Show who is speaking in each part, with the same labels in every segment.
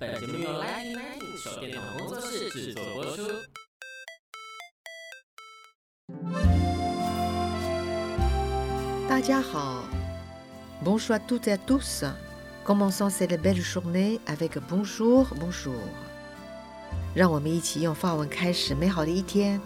Speaker 1: 本节目由 Lightning Lightning 手电筒工作室制作播出。
Speaker 2: 大家好，Bonjour à toutes et à tous. Commençons cette belle journée avec bonjour, bonjour. 让我们一起用法文开始美好的一天。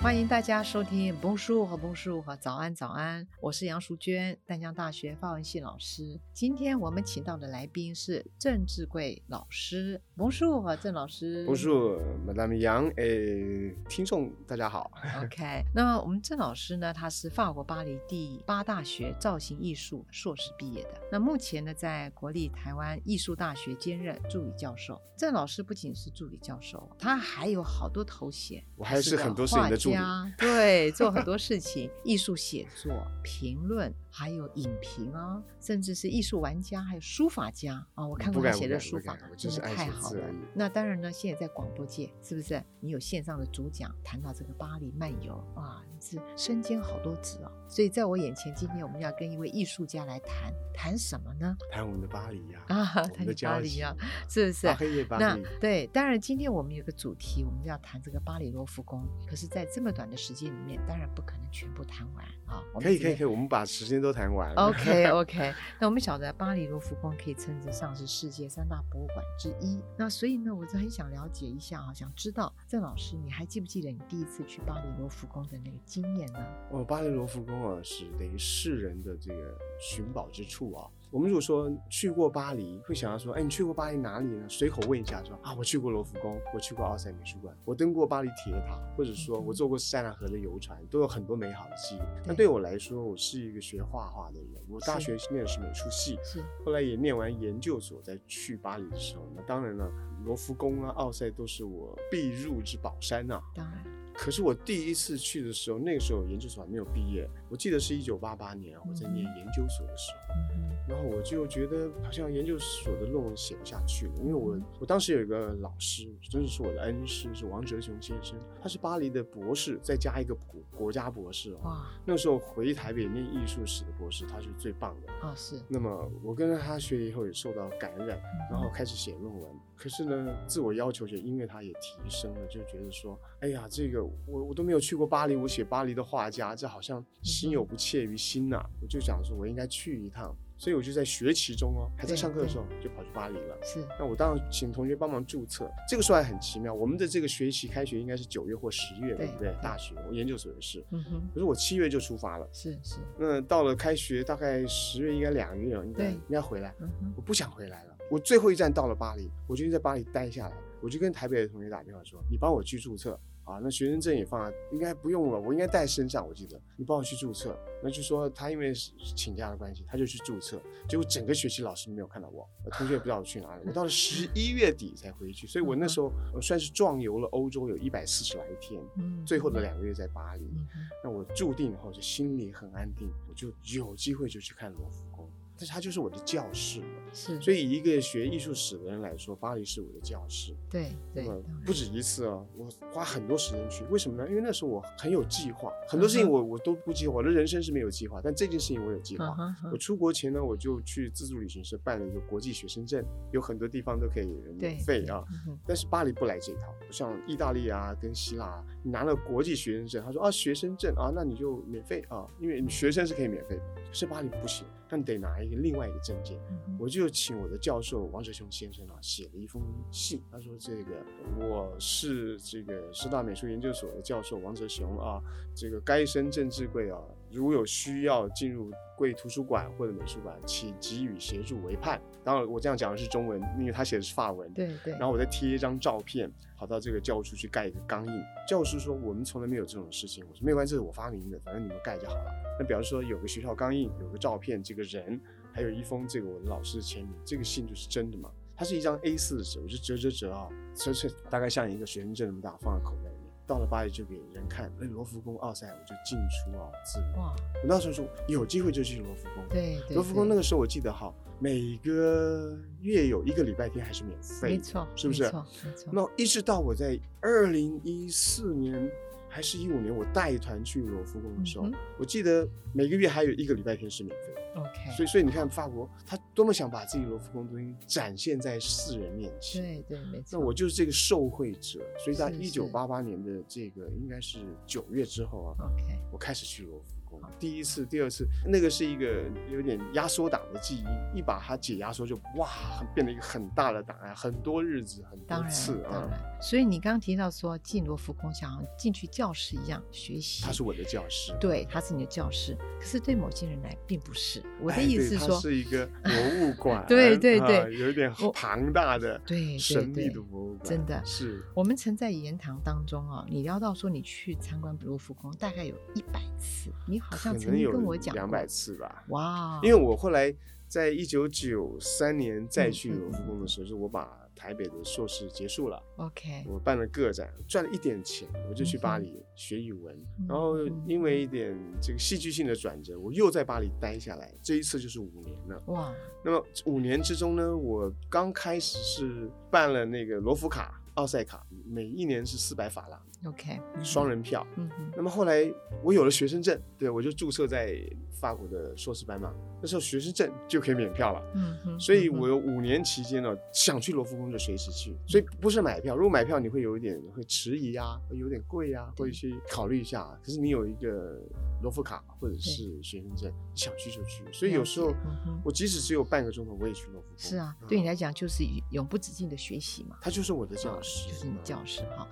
Speaker 2: 欢迎大家收听 Bonjour 和 Bonjour 和早安早安，我是杨淑娟，淡江大学法文系老师。今天我们请到的来宾是郑志贵老师，Bonjour 和郑老师。
Speaker 3: Bonjour,
Speaker 2: 嗯
Speaker 3: Madame Yang，诶，听众大家好。
Speaker 2: OK，那么我们郑老师呢，他是法国巴黎第八大学造型艺术硕士毕业的。那目前呢，在国立台湾艺术大学兼任助理教授。郑老师不仅是助理教授，哦他还有好多头衔，
Speaker 3: 我还是
Speaker 2: 个
Speaker 3: 很多事情的助理
Speaker 2: 画家，对，做很多事情，艺术写作、评论，还有影评啊，甚至是艺术玩家，还有书法家啊、我看
Speaker 3: 不
Speaker 2: 过
Speaker 3: 敢
Speaker 2: 他写
Speaker 3: 不
Speaker 2: 的
Speaker 3: 敢
Speaker 2: 书
Speaker 3: 不
Speaker 2: 法
Speaker 3: 敢，我就
Speaker 2: 真的
Speaker 3: 是爱
Speaker 2: 太
Speaker 3: 写
Speaker 2: 好
Speaker 3: 字
Speaker 2: 了
Speaker 3: 而已。
Speaker 2: 那当然呢，现在在广播界，是不是你有线上的主讲，谈到这个巴黎漫游啊，是身兼好多职哦。所以在我眼前，今天我们要跟一位艺术家来谈，谈什么呢？
Speaker 3: 谈我们的巴黎呀、
Speaker 2: 啊，
Speaker 3: 我
Speaker 2: 谈
Speaker 3: 们的
Speaker 2: 巴
Speaker 3: 交
Speaker 2: 黎
Speaker 3: 情
Speaker 2: 啊，是不是？
Speaker 3: 巴黑夜巴
Speaker 2: 那
Speaker 3: 黎，
Speaker 2: 对，当然今天我们有个主题，我们要谈这个巴黎罗浮宫。可是，在这么短的时间里面，当然不可能全部谈完啊。我们
Speaker 3: 可以
Speaker 2: 只
Speaker 3: 可以
Speaker 2: 能
Speaker 3: 可以，我们把时间都谈完。
Speaker 2: OK OK，那我们晓得巴黎卢浮宫可以称得上是世界三大博物馆之一。那所以呢，我就很想了解一下啊，想知道郑老师，你还记不记得你第一次去巴黎卢浮宫的那个经验呢？
Speaker 3: 哦，巴黎罗浮宫啊，是等于世人的这个寻宝之处啊。我们如果说去过巴黎，会想要说，哎，你去过巴黎哪里呢？随口问一下说，啊，我去过罗浮宫，我去过奥赛美术馆，我登过巴黎铁塔，或者说我坐过塞纳河的游船，都有很多美好的记忆。那
Speaker 2: 嗯对
Speaker 3: 对我来说，我是一个学画画的人，我大
Speaker 2: 是
Speaker 3: 学念的是美术系，
Speaker 2: 是
Speaker 3: 后来也念完研究所，再去巴黎的时候，那当然了，罗浮宫啊、奥赛都是我必入之宝山呐、
Speaker 2: 当然，
Speaker 3: 可是我第一次去的时候，那个时候研究所还没有毕业，我记得是一九八八年啊我在念研究所的时候，
Speaker 2: 嗯
Speaker 3: 然后我就觉得好像研究所的论文写不下去了，因为我我当时有一个老师，真的是我的恩师，是王哲雄先生，他是巴黎的博士，再加一个国国家博士
Speaker 2: 哼
Speaker 3: 哦。
Speaker 2: 哇
Speaker 3: 那时候回台北念艺术史的博士，他是最棒的。
Speaker 2: 啊是，嗯
Speaker 3: 那么我跟着他学了以后也受到感染，然后开始写论文。可是呢，自我要求写音乐它也提升了，就觉得说，哎呀，这个我我都没有去过巴黎，我写巴黎的画家，这好像
Speaker 2: 嗯
Speaker 3: 心有不切于心呐、我就想说，我应该去一趟。所以我就在学期中哦，还在
Speaker 2: 对
Speaker 3: 上课的时候就跑去巴黎了。
Speaker 2: 是
Speaker 3: 那我当然请同学帮忙注册，这个时候还很奇妙。我们的这个学期开学应该是九月或十月，
Speaker 2: 对
Speaker 3: 对不对
Speaker 2: 对？
Speaker 3: 大学我研究所也是，
Speaker 2: 嗯哼
Speaker 3: 可是我七月就出发了。
Speaker 2: 是是，
Speaker 3: 那到了开学大概十月，应该两个月了，应该
Speaker 2: 对
Speaker 3: 应该回来。
Speaker 2: 嗯哼
Speaker 3: 我不想回来了，我最后一站到了巴黎，我决定在巴黎待下来。我就跟台北的同学打电话说：“你帮我去注册啊，那学生证也放在，应该不用了，我应该带身上，我记得。你帮我去注册。”那就说他因为是请假的关系，他就去注册。结果整个学期老师没有看到我，呃同学也不知道我去哪里。我到了十一月底才回去，所以我那时候我算是壮游了欧洲有一百四十来天，
Speaker 2: 嗯
Speaker 3: 最后的两个月在巴黎。
Speaker 2: 嗯哼
Speaker 3: 那我注定以后就心里很安定，我就有机会就去看罗浮宫，但是它就是我的教室了。
Speaker 2: 是，
Speaker 3: 所
Speaker 2: 以
Speaker 3: 以以一个学艺术史的人来说，巴黎是我的教室。
Speaker 2: 对对
Speaker 3: 那么
Speaker 2: 当然
Speaker 3: 不止一次哦，我花很多时间去，为什么呢？因为那时候我很有计划，很
Speaker 2: 嗯
Speaker 3: 多事情我我都不计划，我的人生是没有计划，但这件事情我有计划
Speaker 2: 嗯。哼哼
Speaker 3: 我出国前呢，我就去自助旅行社办了一个国际学生证，有很多地方都可以
Speaker 2: 对
Speaker 3: 免费啊。
Speaker 2: 嗯哼
Speaker 3: 但是巴黎不来这一套，像意大利啊跟希腊、啊，你拿了国际学生证，他说啊学生证啊，那你就免费啊，因为你学生是可以免费的，可是巴黎不行，那你得拿一个另外一个证件。
Speaker 2: 嗯哼
Speaker 3: 我就请我的教授王哲雄先生啊写了一封信，他说这个我是这个师大美术研究所的教授王哲雄啊，这个该生郑志贵啊，如有需要进入贵图书馆或者美术馆，请给予协助为盼。当然我这样讲的是中文，因为他写的是法文。
Speaker 2: 对对，
Speaker 3: 然后我再贴一张照片，跑到这个教务处去盖一个钢印。教务处说我们从来没有这种事情，我说没关系，这是我发明的，反正你们盖就好了。那表示说有个学校钢印，有个照片，这个人，还有一封这个我的老师的签名，这个信就是真的嘛？它是一张 A4 的纸，我就折折折啊，折折大概像一个学生证那么大，放在口袋里面。到了巴黎就给人看，那罗浮宫、奥赛，我就进出啊自如。
Speaker 2: 哇，
Speaker 3: 我那时候说有机会就去罗浮宫。
Speaker 2: 对对，
Speaker 3: 罗浮宫那
Speaker 2: 对
Speaker 3: 个时候我记得哈，每个月有一个礼拜天还是免费的，
Speaker 2: 没错，
Speaker 3: 是不
Speaker 2: 没
Speaker 3: 是？
Speaker 2: 错没错，
Speaker 3: 那一直到我在二零一四年还是一五年我带团去罗浮宫的时候，
Speaker 2: 嗯
Speaker 3: 我记得每个月还有一个礼拜天是免费的。
Speaker 2: ，OK，
Speaker 3: 所以，所以你看，法国他多么想把自己罗浮宫的东西展现在世人面前。
Speaker 2: 对对，没错。
Speaker 3: 那我就是这个受惠者，所以在
Speaker 2: 是
Speaker 3: 一
Speaker 2: 是
Speaker 3: 九八八年的这个应该是九月之后啊，
Speaker 2: OK，
Speaker 3: 我开始去罗浮宫，第一次、第二次，那个是一个有点压缩档的记忆，一把它解压缩就哇，很变得一个很大的档案，很多日子、很
Speaker 2: 当
Speaker 3: 多
Speaker 2: 然
Speaker 3: 次
Speaker 2: 当
Speaker 3: 啊。
Speaker 2: 然。所以你刚刚提到说进罗浮宫像进去教室一样学习，
Speaker 3: 它是我的教室。
Speaker 2: 对，它是你的教室，可是对某些人来并不是。我的
Speaker 3: 哎
Speaker 2: 意
Speaker 3: 对
Speaker 2: 思
Speaker 3: 它
Speaker 2: 说，，
Speaker 3: 是一个博物馆
Speaker 2: 对对
Speaker 3: 啊
Speaker 2: 对
Speaker 3: 有点
Speaker 2: 我
Speaker 3: 庞大的、
Speaker 2: 对对
Speaker 3: 神秘
Speaker 2: 对
Speaker 3: 的。博物馆，
Speaker 2: 真的
Speaker 3: 是。
Speaker 2: 我们曾在言堂当中哦，你聊到说你去参观罗浮宫大概有一百次，你好
Speaker 3: 可
Speaker 2: 像曾
Speaker 3: 能
Speaker 2: 经
Speaker 3: 有
Speaker 2: 跟我讲过
Speaker 3: 两百次吧，
Speaker 2: 哇，
Speaker 3: 因为
Speaker 2: 为
Speaker 3: 我后来在一九九三年再
Speaker 2: 嗯
Speaker 3: 去
Speaker 2: 嗯
Speaker 3: 罗浮
Speaker 2: 嗯
Speaker 3: 宫的时候，就是我把台北的硕士结束了，
Speaker 2: OK
Speaker 3: 我办了个展，赚了一点钱，我就去巴
Speaker 2: 嗯哼
Speaker 3: 黎学语文，
Speaker 2: 嗯
Speaker 3: 然后
Speaker 2: 嗯
Speaker 3: 因为一点这个戏剧性的转折，我又在巴黎待下来，这一次就是五年了。
Speaker 2: 哇，
Speaker 3: 那么五年之中呢，我刚开始是办了那个罗浮卡、奥赛卡，每一年是四百法郎，
Speaker 2: OK，嗯
Speaker 3: 双，人票。
Speaker 2: 嗯哼，
Speaker 3: 那么后来我有了学生证，对我就注册在法国的硕士班嘛，那时候学生证就可以免票了。
Speaker 2: 嗯哼，
Speaker 3: 所以
Speaker 2: 嗯
Speaker 3: 我
Speaker 2: 哼
Speaker 3: 有五年期间呢、想去罗浮宫就随时去，所以不是买票。如果买票，你会有一点会迟疑啊，会有点贵啊，
Speaker 2: 对
Speaker 3: 会去考虑一下。啊可是你有一个罗浮卡或者是学生证，想去就去。所以有时候
Speaker 2: 了解嗯哼
Speaker 3: 我即使只有半个钟头，我也去罗浮宫。
Speaker 2: 是啊，对你
Speaker 3: 嗯，
Speaker 2: 来讲就是永不止境的学习嘛。
Speaker 3: 它就是我的
Speaker 2: 啊
Speaker 3: 教室，
Speaker 2: 就是你的教
Speaker 3: 室
Speaker 2: 室哈。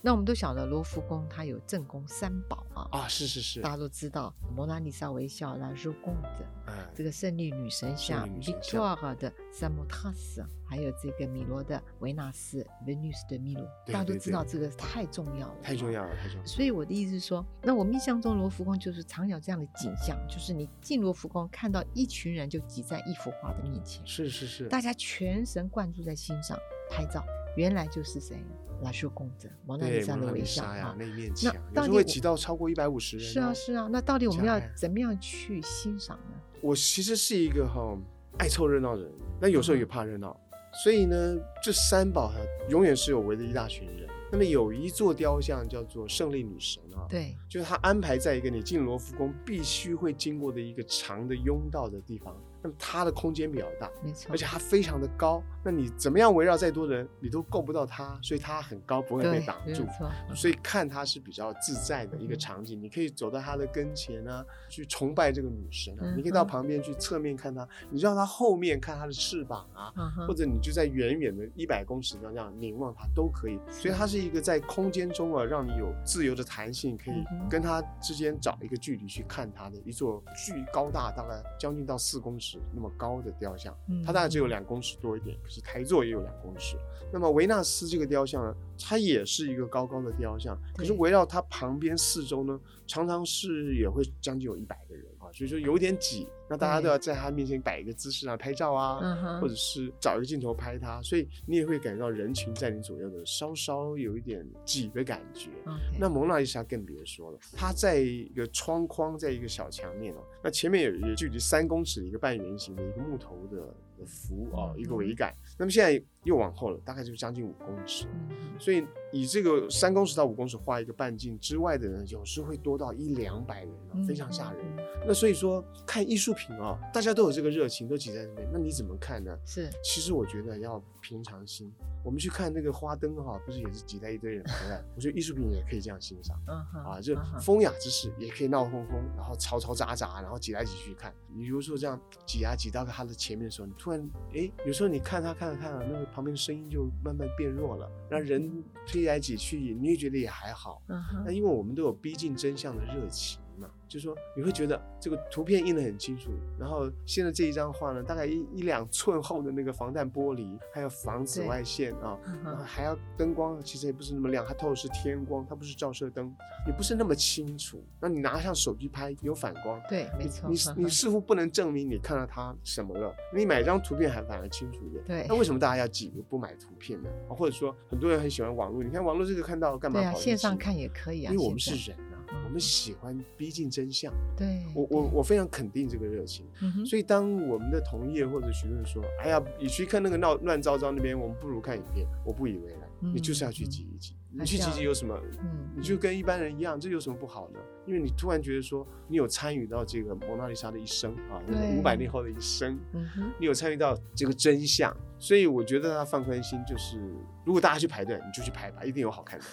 Speaker 2: 那我们都晓得罗浮宫它有正宫三宝啊，
Speaker 3: 啊，是是是，
Speaker 2: 大家都知道蒙娜丽莎微笑啦、如贡的
Speaker 3: 哎，
Speaker 2: 这个胜利女神像
Speaker 3: 胜利女神像
Speaker 2: ，Victoria 的 Samothrace，还有这个米罗的维纳斯 Venus 的米罗，
Speaker 3: 对
Speaker 2: 大家都
Speaker 3: 对
Speaker 2: 知
Speaker 3: 对
Speaker 2: 道这个太重要了，啊
Speaker 3: 太重。要了，太重要了。
Speaker 2: 所以我的意思是说，那我们印象中罗浮宫就是常有这样的景象，就是你进罗浮宫看到一群人就挤在一幅画的面前，
Speaker 3: 是是是，
Speaker 2: 大家全神贯注在欣赏拍照，原来就是谁呢？拉修公者，蒙娜丽
Speaker 3: 对
Speaker 2: 莎
Speaker 3: 蒙
Speaker 2: 的
Speaker 3: 娜
Speaker 2: 微
Speaker 3: 丽
Speaker 2: 笑
Speaker 3: 莎呀
Speaker 2: 啊，。
Speaker 3: 那一面
Speaker 2: 那
Speaker 3: 墙，有
Speaker 2: 到
Speaker 3: 时
Speaker 2: 底
Speaker 3: 候会
Speaker 2: 我
Speaker 3: 挤到超过一百五十人哦。
Speaker 2: 是啊，是啊。那到底我们要
Speaker 3: 想看
Speaker 2: 怎么样去欣赏呢？
Speaker 3: 我其实是一个哈、爱凑热闹的人，但有时候
Speaker 2: 嗯
Speaker 3: 也怕热闹，所以呢，这三宝哈、啊永远是有围着一大群人。那么有一座雕像叫做胜利女神啊，
Speaker 2: 对，
Speaker 3: 就是它安排在一个你进罗浮宫必须会经过的一个长的甬道的地方，那么它的空间比较大，
Speaker 2: 没错
Speaker 3: 而。且它非常的高，那你怎么样围绕再多人，你都够不到它，所以它很高，不会被
Speaker 2: 对
Speaker 3: 挡，
Speaker 2: 没有
Speaker 3: 住。啊
Speaker 2: 错。
Speaker 3: 所以看她是比较自在的一个
Speaker 2: 嗯
Speaker 3: 场景，你可以走到她的跟前啊，去崇拜这个女神啊，
Speaker 2: 嗯
Speaker 3: 你可以到
Speaker 2: 哼
Speaker 3: 旁边去侧面看她，你绕她后面看她的翅膀啊，
Speaker 2: 嗯哼
Speaker 3: 或者你就在远远的一百公尺地方这样凝望她都可以。所以它是一个在空间中啊，让你有自由的弹性，可以
Speaker 2: 嗯哼
Speaker 3: 跟她之间找一个距离去看她的一座巨高大，大概将近到四公尺那么高的雕像。它大概只有
Speaker 2: 嗯
Speaker 3: 两公尺多一点，可是台座也有两公尺。那么维纳斯这个雕像呢，它也是一个高高的雕像，可是
Speaker 2: 对
Speaker 3: 围绕它旁边四周呢，常常是也会将近有一百个人啊，所以说有点挤。那大家都
Speaker 2: 对
Speaker 3: 要在它面前摆一个姿势啊，拍照啊，
Speaker 2: 嗯哼，
Speaker 3: 或者是找一个镜头拍它，所以你也会感觉到人群在你左右的稍稍有一点挤的感觉。
Speaker 2: OK
Speaker 3: 那蒙娜丽莎更别说了，它在一个窗框，在一个小墙面哦，那前面有一个距离三公尺的一个半圆形的一个木头的的符哦，一个
Speaker 2: 嗯
Speaker 3: 桅杆。那么现在又往后了，大概就将近五公尺。
Speaker 2: 嗯哼
Speaker 3: 所以以这个三公尺到五公尺画一个半径之外的人，有时会多到一两百人啊，非常吓人。
Speaker 2: 嗯嗯嗯
Speaker 3: 那所以说看艺术品啊，大家都有这个热情，都挤在那边，那你怎么看呢？
Speaker 2: 是
Speaker 3: 其实我觉得要平常心。我们去看那个花灯哈、不是也是挤在一堆人回来？我觉得艺术品也可以这样欣赏。
Speaker 2: 嗯哼
Speaker 3: 啊，就
Speaker 2: 嗯哼
Speaker 3: 风雅之事也可以闹哄哄，然后嘈嘈杂杂，然后挤来挤去看。你有时候这样挤啊挤到他的前面的时候，你突然哎，有时候你看他看着看着，那个旁边的声音就慢慢变弱了，那人推来挤去，你也觉得也还好。
Speaker 2: 嗯
Speaker 3: 那
Speaker 2: 哼
Speaker 3: 因为我们都有逼近真相的热情嘛，就说你会觉得这个图片印得很清楚，然后现在这一张画呢，大概一一两寸厚的那个防弹玻璃，还有防紫
Speaker 2: 对
Speaker 3: 外线啊，
Speaker 2: 嗯
Speaker 3: 然后
Speaker 2: 哼
Speaker 3: 还要灯光，其实也不是那么亮，它透的是天光，它不是照射灯，也不是那么清楚。那你拿上手机拍有反光，
Speaker 2: 对，没
Speaker 3: 你
Speaker 2: 错，
Speaker 3: 你
Speaker 2: 嗯
Speaker 3: 你
Speaker 2: 哼
Speaker 3: 似乎不能证明你看到它什么了。你买一张图片还反而清楚一点。
Speaker 2: 对
Speaker 3: 那为什么大家要挤不买图片呢？啊或者说很多人很喜欢网络，你看网络这个看到干嘛
Speaker 2: 对
Speaker 3: 跑
Speaker 2: 啊，
Speaker 3: 去
Speaker 2: 线上
Speaker 3: 挤
Speaker 2: 看也可以啊，
Speaker 3: 因为我们
Speaker 2: 现在
Speaker 3: 是人啊，
Speaker 2: 嗯
Speaker 3: 我们喜欢逼近真相。
Speaker 2: 对，
Speaker 3: 我我我非常肯定这个热情。
Speaker 2: 嗯哼
Speaker 3: 所以，当我们的同业或者学生说：“哎呀，与其看那个闹乱糟糟那边，我们不如看影片。”我不以为然，你就是要去
Speaker 2: 嗯
Speaker 3: 挤一挤。你
Speaker 2: 还
Speaker 3: 去
Speaker 2: 是
Speaker 3: 挤
Speaker 2: 要
Speaker 3: 挤有什么？
Speaker 2: 嗯，
Speaker 3: 你就跟一般人一样，这有什么不好呢？因为你突然觉得说，你有参与到这个蒙娜丽莎的一生啊，
Speaker 2: 对
Speaker 3: 五百年后的一生，
Speaker 2: 嗯哼，
Speaker 3: 你有参与到这个真相，所以我觉得他放宽心，就是如果大家去排队，你就去排吧，一定有好看的。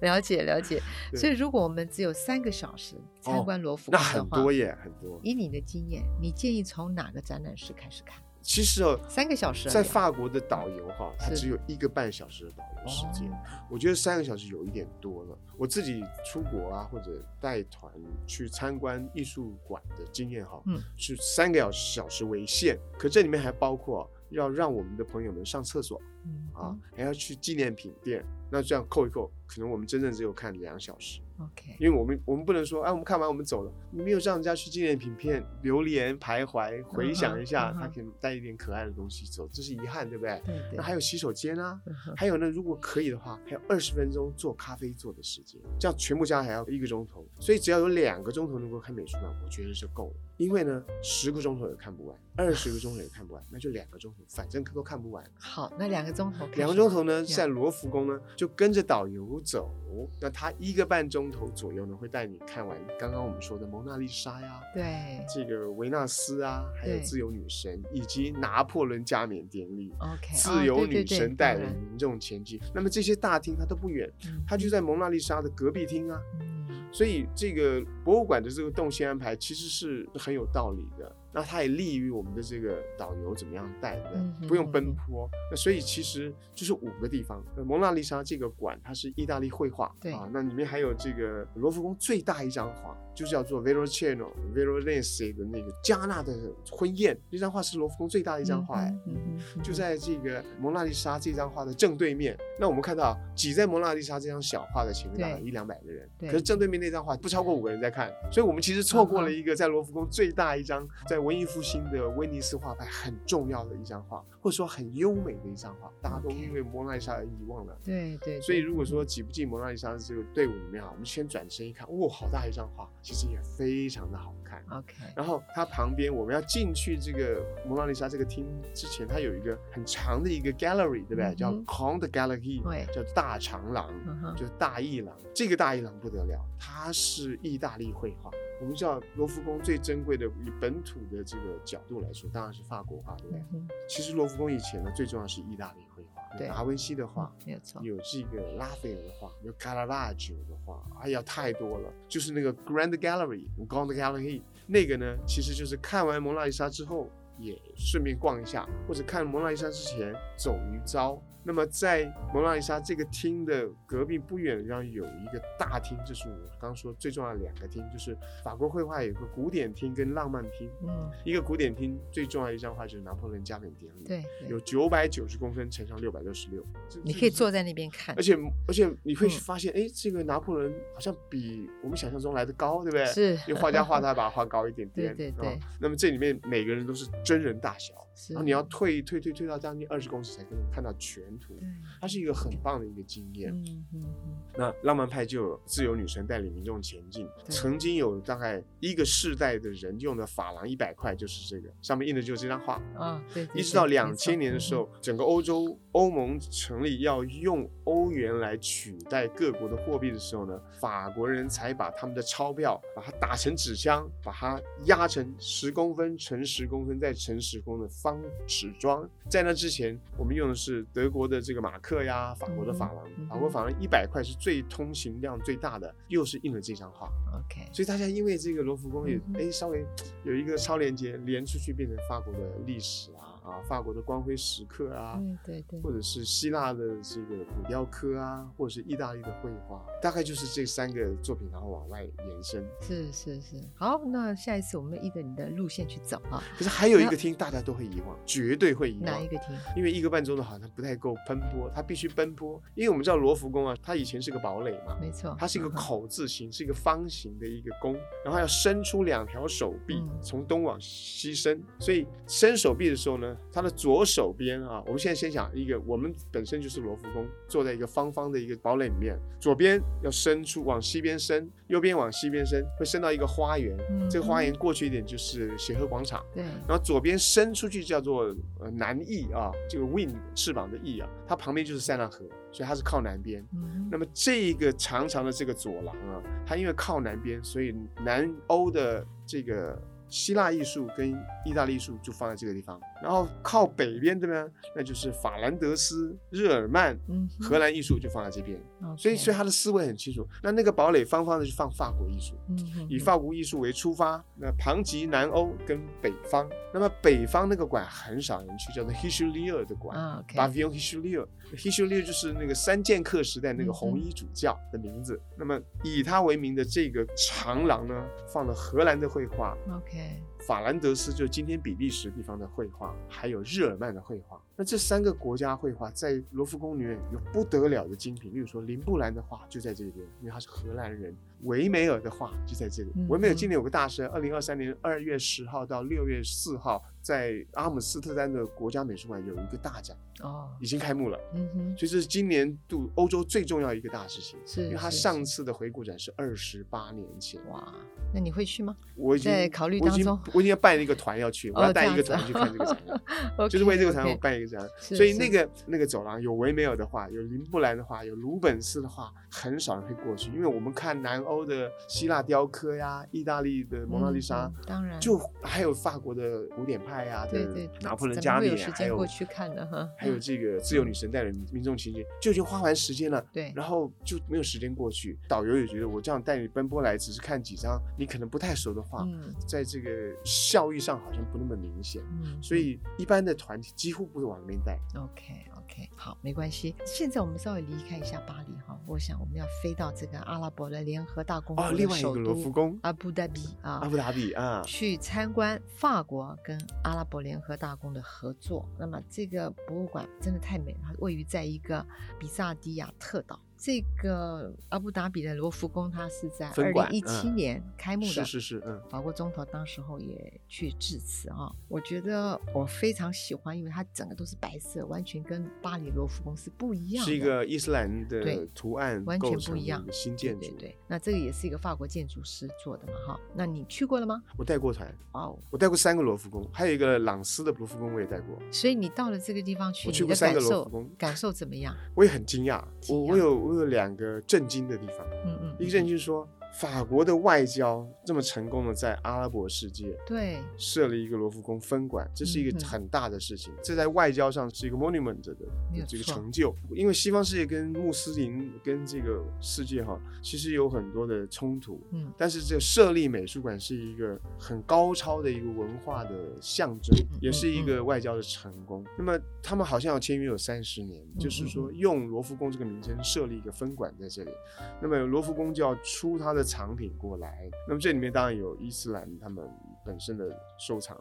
Speaker 2: 了解了解。
Speaker 3: 对
Speaker 2: 所以如果我们只有三个小时参
Speaker 3: 哦
Speaker 2: 观罗浮
Speaker 3: 那
Speaker 2: 宫的
Speaker 3: 很
Speaker 2: 话，
Speaker 3: 多耶，很多。
Speaker 2: 以你的经验，你建议从哪个展览室开始看？
Speaker 3: 其实哦，
Speaker 2: 三个小时而已啊
Speaker 3: 在法国的导游哈，他
Speaker 2: 是
Speaker 3: 只有一个半小时的导游时间
Speaker 2: 哦，
Speaker 3: 我觉得三个小时有一点多了。我自己出国啊，或者带团去参观艺术馆的经验哈，
Speaker 2: 嗯
Speaker 3: 是三个小时小时为限，可这里面还包括要让我们的朋友们上厕所
Speaker 2: 嗯
Speaker 3: 啊
Speaker 2: 哼，
Speaker 3: 还要去纪念品店，那这样扣一扣，可能我们真正只有看两小时。
Speaker 2: 嗯，OK，
Speaker 3: 因为我们我们不能说，哎，我们看完我们走了，你没有让人家去纪念品片流连徘徊，回想一下，
Speaker 2: 嗯哼
Speaker 3: 他可以带一点可爱的东西走，这是遗憾，对不对？
Speaker 2: 对对
Speaker 3: 那，还有洗手间啊，
Speaker 2: 嗯哼
Speaker 3: 还有呢，如果可以的话，还有二十分钟做咖啡做的时间，这样全部加起来要一个钟头，所以只要有两个钟头能够看美术馆，我觉得就够了。因为呢，十个钟头也看不完，二十个钟头也看不完，那就两个钟头，反正都看不完。
Speaker 2: 好，那两个钟头开始，
Speaker 3: 两个钟头呢，
Speaker 2: 呀
Speaker 3: 在罗浮宫呢，就跟着导游走。那他一个半钟头左右呢，会带你看完刚刚我们说的蒙娜丽莎呀，
Speaker 2: 对
Speaker 3: 这个维纳斯啊，还有
Speaker 2: 对
Speaker 3: 自由女神，以及拿破仑加冕典礼。
Speaker 2: ，OK，哦
Speaker 3: 自由女神带领，
Speaker 2: 对对对
Speaker 3: 民众前进，那么这些大厅它都不远，
Speaker 2: 当然
Speaker 3: 它就在蒙娜丽莎的隔壁厅啊。
Speaker 2: 嗯
Speaker 3: 所以这个博物馆的这个动线安排其实是很有道理的。那它也利于我们的这个导游怎么样带，对不对
Speaker 2: 嗯哼
Speaker 3: 不用
Speaker 2: 嗯
Speaker 3: 奔
Speaker 2: 哼
Speaker 3: 波。那所以其实就是五个地方。呃蒙娜丽莎这个馆它是意大利绘画，
Speaker 2: 对
Speaker 3: 啊，那里面还有这个罗浮宫最大一张画，就叫做 Verocchio Veronese 的那个加纳的婚宴，那张画是罗浮宫最大的一张画哎。
Speaker 2: 嗯哼嗯哼
Speaker 3: 就在这个蒙娜丽莎这张画的正对面。那我们看到挤在蒙娜丽莎这张小画的前面大概
Speaker 2: 对
Speaker 3: 一两百个人，
Speaker 2: 对
Speaker 3: 可是正对面那张画不超过五个人在看，所以我们其实错过
Speaker 2: 嗯
Speaker 3: 了
Speaker 2: 哼
Speaker 3: 一个在罗浮宫最大一张在文艺复兴的威尼斯画派很重要的一张画，或者说很优美的一张画，大家都
Speaker 2: OK
Speaker 3: 因为蒙娜丽莎而遗忘了。
Speaker 2: 对对，
Speaker 3: 所以，
Speaker 2: 对
Speaker 3: 如果说挤不进蒙娜丽莎这个队伍里面啊，我们先转身一看，哇、好大一张画，其实也非常的好看。
Speaker 2: OK，
Speaker 3: 然后它旁边我们要进去这个蒙娜丽莎这个厅之前，它有一个很长的一个 gallery，对不对？
Speaker 2: 嗯哼
Speaker 3: 叫 Grand Gallery，
Speaker 2: 对
Speaker 3: 叫大长廊，
Speaker 2: 嗯哼
Speaker 3: 就大艺廊。这个大艺廊不得了，它是意大利绘画。我们知道罗浮宫最珍贵的，以本土的这个角度来说，当然是法国画，对不对？
Speaker 2: 嗯哼
Speaker 3: 其实罗浮宫以前呢，最重要是意大利绘画，
Speaker 2: 对
Speaker 3: 有达文西的画
Speaker 2: 嗯，没有错，
Speaker 3: 有这个拉斐尔的画，有 Caravaggio 的画，哎呀，太多了。就是那个 Grand Gallery、Grand Gallery 那个呢，其实就是看完蒙娜丽莎之后，也顺便逛一下，或者看蒙娜丽莎之前走一遭。那么在蒙娜丽莎这个厅的隔壁不远，然后有一个大厅，就是我刚说最重要的两个厅，就是法国绘画有个古典厅跟浪漫厅。
Speaker 2: 嗯，
Speaker 3: 一个古典厅最重要的一张画就是拿破仑加冕典礼，，
Speaker 2: 对，对
Speaker 3: 有九百九十公分乘上六百六十六，这
Speaker 2: 你
Speaker 3: 这
Speaker 2: 可以
Speaker 3: 是
Speaker 2: 坐在那边看
Speaker 3: 而，且而且你会
Speaker 2: 嗯
Speaker 3: 发现，哎、这个拿破仑好像比我们想象中来的高，对不对？
Speaker 2: 是
Speaker 3: 因为画家画他把它画高一点
Speaker 2: 对
Speaker 3: 点，
Speaker 2: 对
Speaker 3: 啊
Speaker 2: 对
Speaker 3: 那么这里面每个人都是真人大小，
Speaker 2: 是
Speaker 3: 然后你要退退退退到将近二十公尺才可能看到全图
Speaker 2: 对，，
Speaker 3: 它是一个很棒的一个经验。
Speaker 2: 嗯嗯嗯，
Speaker 3: 那浪漫派就有自由女神带领民众前进，
Speaker 2: 对
Speaker 3: 曾经有大概一个世代的人用的珐琅一百块就是这个，上面印的就是这张画。
Speaker 2: 啊，对，对
Speaker 3: 一直到
Speaker 2: 对没
Speaker 3: 两
Speaker 2: 错
Speaker 3: 千年的时候，整个欧洲欧盟成立要用欧元来取代各国的货币的时候呢，法国人才把他们的钞票把它打成纸箱，把它压成十公分乘十公分再乘十公分的方纸装。在那之前，我们用的是德国的这个马克呀，法国的法郎，
Speaker 2: 嗯哼
Speaker 3: 法国法郎一百块是最通行量最大的，又是印了这张画。
Speaker 2: 嗯，OK，
Speaker 3: 所以大家因为这个罗浮宫也
Speaker 2: 嗯哼
Speaker 3: 哎、稍微有一个超连接连出去，变成法国的历史啊啊，法国的光辉时刻啊，
Speaker 2: 嗯对对
Speaker 3: 或
Speaker 2: 对，
Speaker 3: 者是希腊的这个古雕刻啊，或者是意大利的绘画，大概就是这三个作品，然后往外延伸。
Speaker 2: 是是是，好，那下一次我们依着你的路线去走啊，
Speaker 3: 可是还有一
Speaker 2: 那
Speaker 3: 个厅大家都会遗忘，绝对会遗
Speaker 2: 哪
Speaker 3: 忘
Speaker 2: 一。个厅？
Speaker 3: 因为一个半钟头好像不太够奔波，它必须奔波。因为我们知道罗浮宫啊，它以前是个堡垒嘛，
Speaker 2: 没错，
Speaker 3: 它是一个
Speaker 2: 嗯哼，
Speaker 3: 口字形，是一个方形的一个弓，然后要伸出两条手臂
Speaker 2: 嗯，
Speaker 3: 从东往西伸。所以伸手臂的时候呢，呃，他的左手边啊，我们现在先想一个，我们本身就是罗浮宫，坐在一个方方的一个堡垒里面，左边要伸出往西边伸，右边往西边伸，会伸到一个花园，
Speaker 2: 嗯
Speaker 3: 这个花园过去一点就是协和广场。
Speaker 2: 对，
Speaker 3: 然后左边伸出去叫做呃南翼啊，这个 wing 翅膀的翼啊，它旁边就是塞纳河，所以它是靠南边。
Speaker 2: 嗯
Speaker 3: 那么这一个长长的这个走廊啊，它因为靠南边，所以南欧的这个希腊艺术跟意大利艺术就放在这个地方。然后靠北边的呢，那就是法兰德斯、日耳曼、
Speaker 2: 嗯哼，
Speaker 3: 荷兰艺术就放在这边。
Speaker 2: OK，
Speaker 3: 所以，所以他的思维很清楚。那那个堡垒方方的就放法国艺术。
Speaker 2: 嗯哼
Speaker 3: 以
Speaker 2: 哼
Speaker 3: 法国艺术为出发，那旁及南欧跟北方。那么北方那个馆很少人去，叫做 Richelieu 的馆。
Speaker 2: 啊
Speaker 3: b a
Speaker 2: ，OK，
Speaker 3: v i o n Richelieu，Richelieu 就是那个三剑客时代那
Speaker 2: 嗯
Speaker 3: 个
Speaker 2: 哼
Speaker 3: 红衣主教的名字。那么以他为名的这个长廊呢，放了荷兰的绘画、
Speaker 2: OK，
Speaker 3: 法兰德斯就是今天比利时地方的绘画，还有日耳曼的绘画。那这三个国家绘画在罗浮宫里面有不得了的精品，例如说林布兰的画就在这边，因为他是荷兰人；维梅尔的画就在这里。
Speaker 2: 嗯
Speaker 3: 维梅尔今年有个大师，二零二三年二月十号到六月四号，在阿姆斯特丹的国家美术馆有一个大展，
Speaker 2: 哦，
Speaker 3: 已经开幕了。
Speaker 2: 嗯哼，
Speaker 3: 所以这是今年度欧洲最重要一个大事情，
Speaker 2: 是，
Speaker 3: 因为他
Speaker 2: 是
Speaker 3: 上
Speaker 2: 是
Speaker 3: 次的回顾展是二十八年前，
Speaker 2: 哇，那你会去吗？
Speaker 3: 我已经
Speaker 2: 在考虑
Speaker 3: 我已经
Speaker 2: 当中
Speaker 3: 我已经要办一个团要去，我
Speaker 2: 哦
Speaker 3: 要带
Speaker 2: 这
Speaker 3: 一个
Speaker 2: 样
Speaker 3: 团去
Speaker 2: 子
Speaker 3: 看这个展 览，
Speaker 2: OK，
Speaker 3: 就是为这个展
Speaker 2: OK
Speaker 3: 览我办一个展览。
Speaker 2: 是
Speaker 3: 所以
Speaker 2: 是
Speaker 3: 那个那个走廊有维梅尔的画，有林布兰的画，有鲁本斯的画，很少人会过去，因为我们看南欧的希腊雕刻呀，意大利的蒙娜丽莎。
Speaker 2: 嗯嗯当然
Speaker 3: 就还有法国的古典派呀、
Speaker 2: 对
Speaker 3: 的
Speaker 2: 对，
Speaker 3: 拿破仑
Speaker 2: 怎么
Speaker 3: 加
Speaker 2: 会
Speaker 3: 冕
Speaker 2: 有
Speaker 3: 啊，
Speaker 2: 时
Speaker 3: 还
Speaker 2: 间
Speaker 3: 有
Speaker 2: 过去嗯看呢哈，
Speaker 3: 还有这个自由女神带领民众情节，就已经花完时间了，
Speaker 2: 对，
Speaker 3: 然后就没有时间过去。导游也觉得我这样带你奔波来，只是看几张你可能不太熟的画，
Speaker 2: 嗯
Speaker 3: 在这个效益上好像不那么明显。
Speaker 2: 嗯，
Speaker 3: 所以一般的团体几乎不会往那边带。
Speaker 2: OK OK，好，没关系。现在我们稍微离开一下巴黎哈，我想我们要飞到这个阿拉伯的联合大公国
Speaker 3: 哦，
Speaker 2: 的
Speaker 3: 另外一
Speaker 2: 首
Speaker 3: 个罗
Speaker 2: 都
Speaker 3: 浮宫，
Speaker 2: 阿布达比啊，
Speaker 3: 阿布达比啊，
Speaker 2: 去参观法国跟阿拉伯联合大公的合作。那么这个博物馆真的太美了，它位于在一个比萨迪亚特岛。这个阿布达比的罗浮宫，它是在二
Speaker 3: 分
Speaker 2: 零
Speaker 3: 馆
Speaker 2: 一七
Speaker 3: 嗯
Speaker 2: 年开幕的，
Speaker 3: 是是是，嗯，
Speaker 2: 法国总统当时候也去致辞啊，我觉得我非常喜欢，因为它整个都是白色，完全跟巴黎罗浮宫是不一样的，
Speaker 3: 是一个伊斯兰
Speaker 2: 对
Speaker 3: 的图案
Speaker 2: 完全
Speaker 3: 构
Speaker 2: 不
Speaker 3: 成的
Speaker 2: 一样
Speaker 3: 一个新建
Speaker 2: 对
Speaker 3: 筑
Speaker 2: 对。对，那这个也是一个法国建筑师做的嘛哈。那你去过了吗？
Speaker 3: 我带过团，
Speaker 2: 哦，
Speaker 3: 我带过三个罗浮宫，还有一个朗斯的罗浮宫我也带过，
Speaker 2: 所以你到了这个地方去，
Speaker 3: 我去
Speaker 2: 你
Speaker 3: 过
Speaker 2: 的
Speaker 3: 三
Speaker 2: 感
Speaker 3: 个罗浮
Speaker 2: 受
Speaker 3: 宫
Speaker 2: 感受怎么样？
Speaker 3: 我也很惊讶。
Speaker 2: 惊
Speaker 3: 我
Speaker 2: 讶
Speaker 3: 我有我有两个震惊的地方。
Speaker 2: 嗯嗯，
Speaker 3: 一个人
Speaker 2: 嗯
Speaker 3: 就是说，法国的外交这么成功的在阿拉伯世界
Speaker 2: 对，
Speaker 3: 设了一个罗浮宫分馆，这是一
Speaker 2: 嗯
Speaker 3: 个
Speaker 2: 哼
Speaker 3: 很大的事情，这在外交上是一个 monument 的
Speaker 2: 没有
Speaker 3: 这个
Speaker 2: 错
Speaker 3: 成就。因为西方世界跟穆斯林跟这个世界哈，其实有很多的冲突。
Speaker 2: 嗯
Speaker 3: 但是这设立美术馆是一个很高超的一个文化的象征，
Speaker 2: 嗯
Speaker 3: 也是一个外交的成功。那么他们好像要签约有三十年，就是说用罗浮宫这个名称设立一个分馆在这里。那么罗浮宫就要出它的藏品过来，那么这里面当然有伊斯兰他们本身的收藏。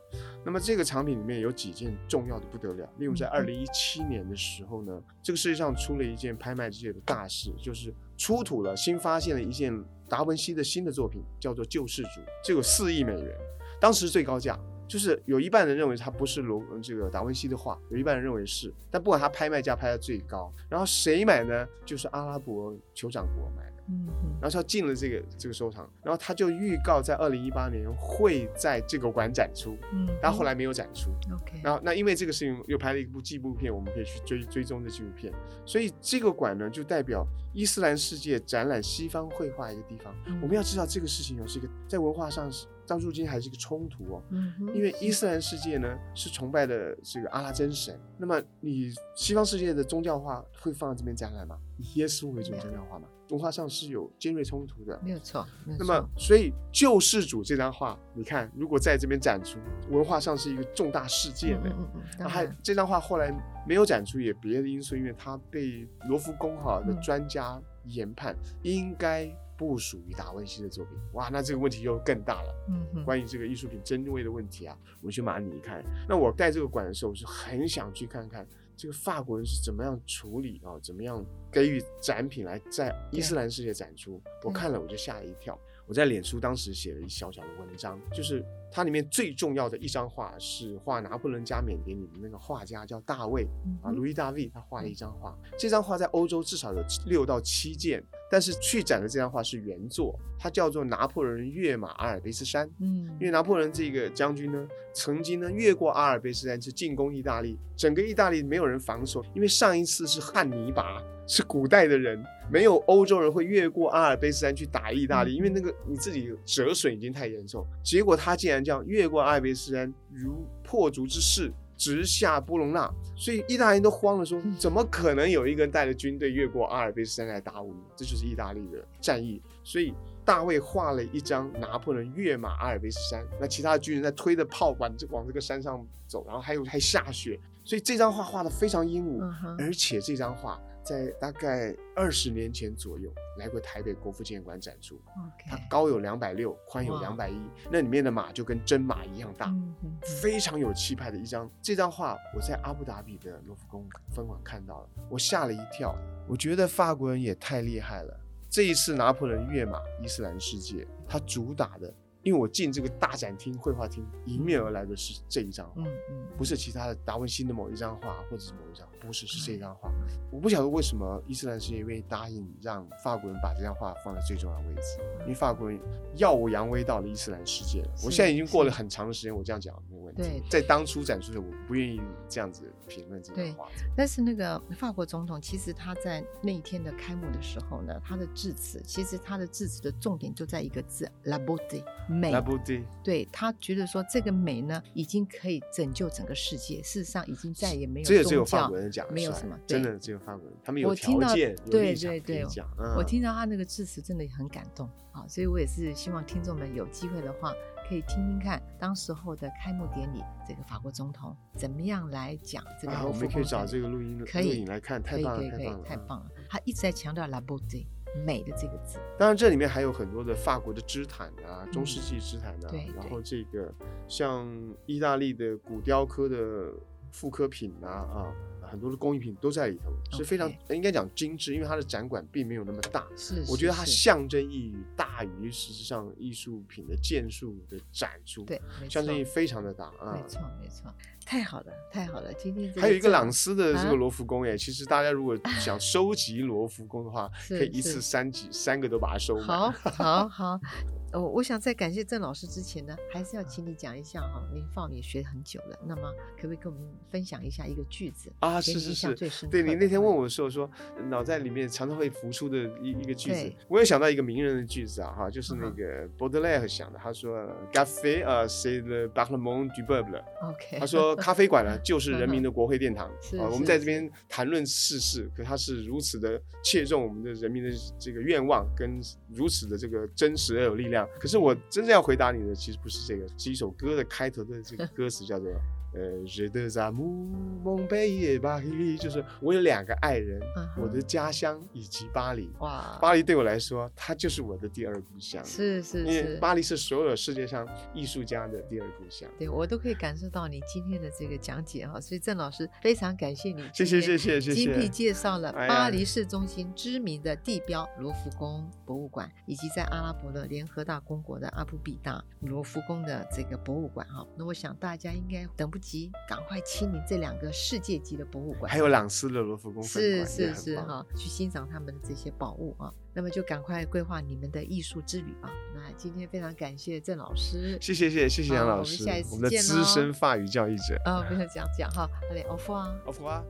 Speaker 3: 那么这个藏品里面有几件重要的不得了，例如在二
Speaker 2: 嗯
Speaker 3: 零一七年的时候呢，这个世界上出了一件拍卖界的大事，就是出土了新发现了一件达文西的新的作品，叫做《救世主》，这有四亿美元，当时最高价。就是有一半人认为它不是罗呃这个达文西的画，有一半人认为是，但不管它拍卖价拍到最高，然后谁买呢？就是阿拉伯酋长国买的，
Speaker 2: 嗯嗯
Speaker 3: 然后他进了这个这个收藏，然后他就预告在二零一八年会在这个馆展出，
Speaker 2: 嗯，
Speaker 3: 但后来没有展出。
Speaker 2: 嗯 OK，
Speaker 3: 然后那因为这个事情又拍了一部纪录片，我们可以去追追踪的纪录片。所以这个馆呢，就代表伊斯兰世界展览西方绘画一个地方。
Speaker 2: 嗯
Speaker 3: 我们要知道这个事情哦，是一个在文化上是到如今还是一个冲突哦。
Speaker 2: 嗯哼，
Speaker 3: 因为伊斯兰世界呢是崇拜的这个阿拉真神，那么你西方世界的宗教画会放在这边展览吗？以耶稣为主的宗教画吗？文化上是有尖锐冲突的。
Speaker 2: 没有错，没有
Speaker 3: 那
Speaker 2: 错，
Speaker 3: 么，所以救世主这张画，你看，如果在这边展出，文化上是一个重大事件
Speaker 2: 嗯
Speaker 3: 呢。
Speaker 2: 嗯嗯嗯，
Speaker 3: 那
Speaker 2: 当
Speaker 3: 还
Speaker 2: 然
Speaker 3: 这张画后来没有展出，也别的因素，因为它被罗浮宫哈的
Speaker 2: 嗯
Speaker 3: 专家研判、应该不属于达文西的作品。哇，那这个问题又更大了，
Speaker 2: 嗯哼，
Speaker 3: 关于这个艺术品珍贵的问题啊，我去马里尼看。那我带这个馆的时候，我是很想去看看这个法国人是怎么样处理啊，怎么样给予展品来在伊斯兰世界展出。我看了我就吓一跳，我在脸书当时写了一小小的文章，就是它里面最重要的一张画是画拿破仑加冕典礼的那个画家叫大卫
Speaker 2: 嗯
Speaker 3: 啊，
Speaker 2: 哼
Speaker 3: 路易大卫他画了一张画，这张画在欧洲至少有六到七件，但是去展的这张画是原作，它叫做《拿破仑跃马阿尔卑斯山》。
Speaker 2: 嗯
Speaker 3: 因为拿破仑这个将军呢，曾经呢越过阿尔卑斯山去进攻意大利，整个意大利没有人防守，因为上一次是汉尼拔，是古代的人，没有欧洲人会越过阿尔卑斯山去打意大利，因为那个你自己折损已经太严重。结果他竟然这样越过阿尔卑斯山，如破竹之势。直下波隆那，所以意大利人都慌了说，
Speaker 2: 嗯
Speaker 3: 怎么可能有一个人带着军队越过阿尔卑斯山来打我们？这就是意大利的战役。所以大卫画了一张拿破仑跃马阿尔卑斯山，那其他的军人在推着炮管这往这个山上走，然后还有还下雪，所以这张画画的非常英武，
Speaker 2: 嗯哼，
Speaker 3: 而且这张画在大概二十年前左右来过台北国父纪念馆展出，它
Speaker 2: OK，
Speaker 3: 高有两百六，宽有
Speaker 2: 哇
Speaker 3: 两百一，那里面的马就跟真马一样大。
Speaker 2: 嗯哼
Speaker 3: 非常有气派的一张。这张画我在阿布达比的罗浮宫分馆看到了，我吓了一跳。我觉得法国人也太厉害了。这一次拿破仑跃马伊斯兰世界，他主打的，因为我进这个大展厅绘画厅，迎面而来的是这一张画。
Speaker 2: 嗯嗯
Speaker 3: 不是其他的达文西的某一张画，或者是某一张，不是是这张画。
Speaker 2: 嗯
Speaker 3: 我不晓得为什么伊斯兰世界愿意答应让法国人把这张画放在最重要的位置，因为法国人耀武扬威到了伊斯兰世界了。
Speaker 2: 是
Speaker 3: 我现在已经过了很长的时间，我这样讲没问题
Speaker 2: 对。
Speaker 3: 在当初展出的，我不愿意这样子评论这张画。
Speaker 2: 但是那个法国总统，其实他在那一天的开幕的时候呢，他的致辞，其实他的致辞的重点就在一个字 “la beauté” 美。
Speaker 3: 来不及，
Speaker 2: 对他觉得说这个美呢，已经可以拯救整个世界。事实上，已经再也没有
Speaker 3: 这个
Speaker 2: 宗
Speaker 3: 只有法
Speaker 2: 教
Speaker 3: 国。人讲得出来，
Speaker 2: 没有什么对
Speaker 3: 真的只有法国人，他们有
Speaker 2: 我听
Speaker 3: 条
Speaker 2: 到
Speaker 3: 件、有
Speaker 2: 对
Speaker 3: 立场
Speaker 2: 对
Speaker 3: 可以
Speaker 2: 对
Speaker 3: 讲。嗯
Speaker 2: 我听到他那个致辞真的很感动啊，所以我也是希望听众们有机会的话，可以听听看当时候的开幕典礼，这个法国总统怎么样来讲这个
Speaker 3: 啊，
Speaker 2: 罗
Speaker 3: 我
Speaker 2: 浮
Speaker 3: 们可
Speaker 2: 宫
Speaker 3: 以找
Speaker 2: 展
Speaker 3: 这个录音
Speaker 2: 可
Speaker 3: 录
Speaker 2: 以
Speaker 3: 影来看，
Speaker 2: 可
Speaker 3: 太
Speaker 2: 以
Speaker 3: 棒
Speaker 2: 可以
Speaker 3: 了，
Speaker 2: 可
Speaker 3: 太
Speaker 2: 以
Speaker 3: 棒了，，
Speaker 2: 太
Speaker 3: 嗯
Speaker 2: 棒了！他一直在强调 “la beauté” 美的这个字。
Speaker 3: 当然，这里面还有很多的法国的织毯啊，中世纪织毯啊，
Speaker 2: 嗯对
Speaker 3: 然
Speaker 2: 对
Speaker 3: 后这个像意大利的古雕刻的复刻品啊啊，很多的工艺品都在里头，是非常
Speaker 2: OK
Speaker 3: 应该讲精致，因为它的展馆并没有那么大。
Speaker 2: 是，
Speaker 3: 我觉得它
Speaker 2: 是
Speaker 3: 象征意义大于实质上艺术品的件数的展出，
Speaker 2: 对，没错
Speaker 3: 象，征意义非常的大啊
Speaker 2: 没。错，没错，太好了，太好了，今天这
Speaker 3: 还有一个
Speaker 2: 正
Speaker 3: 朗斯的这
Speaker 2: 啊
Speaker 3: 个罗浮宫，哎，其实大家如果想收集罗浮宫的 话，
Speaker 2: 是
Speaker 3: 可以一
Speaker 2: 是
Speaker 3: 次三几三个都把它收满。
Speaker 2: 好好好，我我想在感谢郑老师之前呢，还是要请你讲一下哈、您放也学很久了，那么可不可以跟我们分享一下一个句子
Speaker 3: 啊，
Speaker 2: 给
Speaker 3: 是
Speaker 2: 你
Speaker 3: 是
Speaker 2: 印象
Speaker 3: 是
Speaker 2: 最深，
Speaker 3: 对
Speaker 2: 刻
Speaker 3: 你
Speaker 2: 的
Speaker 3: 那天
Speaker 2: 话
Speaker 3: 问我的时候说，呃脑袋里面常常会浮出的一一个句子
Speaker 2: 对，
Speaker 3: 我有想到一个名人的句子啊，哈，就是那
Speaker 2: 嗯哼
Speaker 3: 个 Baudelaire 想的，他说，Café 啊，c'est le Parlement du peuple，
Speaker 2: ？OK，
Speaker 3: 他说咖啡馆呢就是人 民的国会殿堂
Speaker 2: 是
Speaker 3: 啊，我
Speaker 2: 是
Speaker 3: 们在这边谈论世事，可它是如此的切中我们的人民的这个愿望，跟如此的这个真实而有力量。可是我真正要回答你的，其实不是这个，是一首歌的开头的这 个歌词叫做。呃，Je des amours, mon pays et Paris，就是我有两个爱人
Speaker 2: 嗯哼
Speaker 3: 我的家乡以及巴黎。
Speaker 2: 哇，
Speaker 3: 巴黎对我来说，它就是我的第二故乡，
Speaker 2: 是是
Speaker 3: 因为
Speaker 2: 是，
Speaker 3: 巴黎是所有世界上艺术家的第二故乡。
Speaker 2: 对我都可以感受到你今天的这个讲解哈、所以郑老师非常感谢你，
Speaker 3: 谢谢谢谢谢谢，
Speaker 2: 精辟介绍了
Speaker 3: 哎呀
Speaker 2: 巴黎市中心知名的地标罗浮宫博物馆，以及在阿拉伯的联合大公国的阿布比大罗浮宫的这个博物馆哈。那我想大家应该等不及，赶快亲临这两个世界级的博物馆。
Speaker 3: 还有朗斯的罗浮宫分
Speaker 2: 是
Speaker 3: 馆也
Speaker 2: 是
Speaker 3: 很
Speaker 2: 是
Speaker 3: 棒
Speaker 2: 哈，去欣赏他们的这些宝物啊，那么就赶快规划你们的艺术之旅吧。那今天非常感谢郑老师，
Speaker 3: 谢谢谢谢谢谢
Speaker 2: 好
Speaker 3: 杨
Speaker 2: 我
Speaker 3: 老
Speaker 2: 们
Speaker 3: 师
Speaker 2: 下一，次
Speaker 3: 我们的
Speaker 2: 见
Speaker 3: 资
Speaker 2: 咯
Speaker 3: 深法语教育者。
Speaker 2: 啊，不要讲讲哈，好嘞，au revoir，
Speaker 3: Au revoir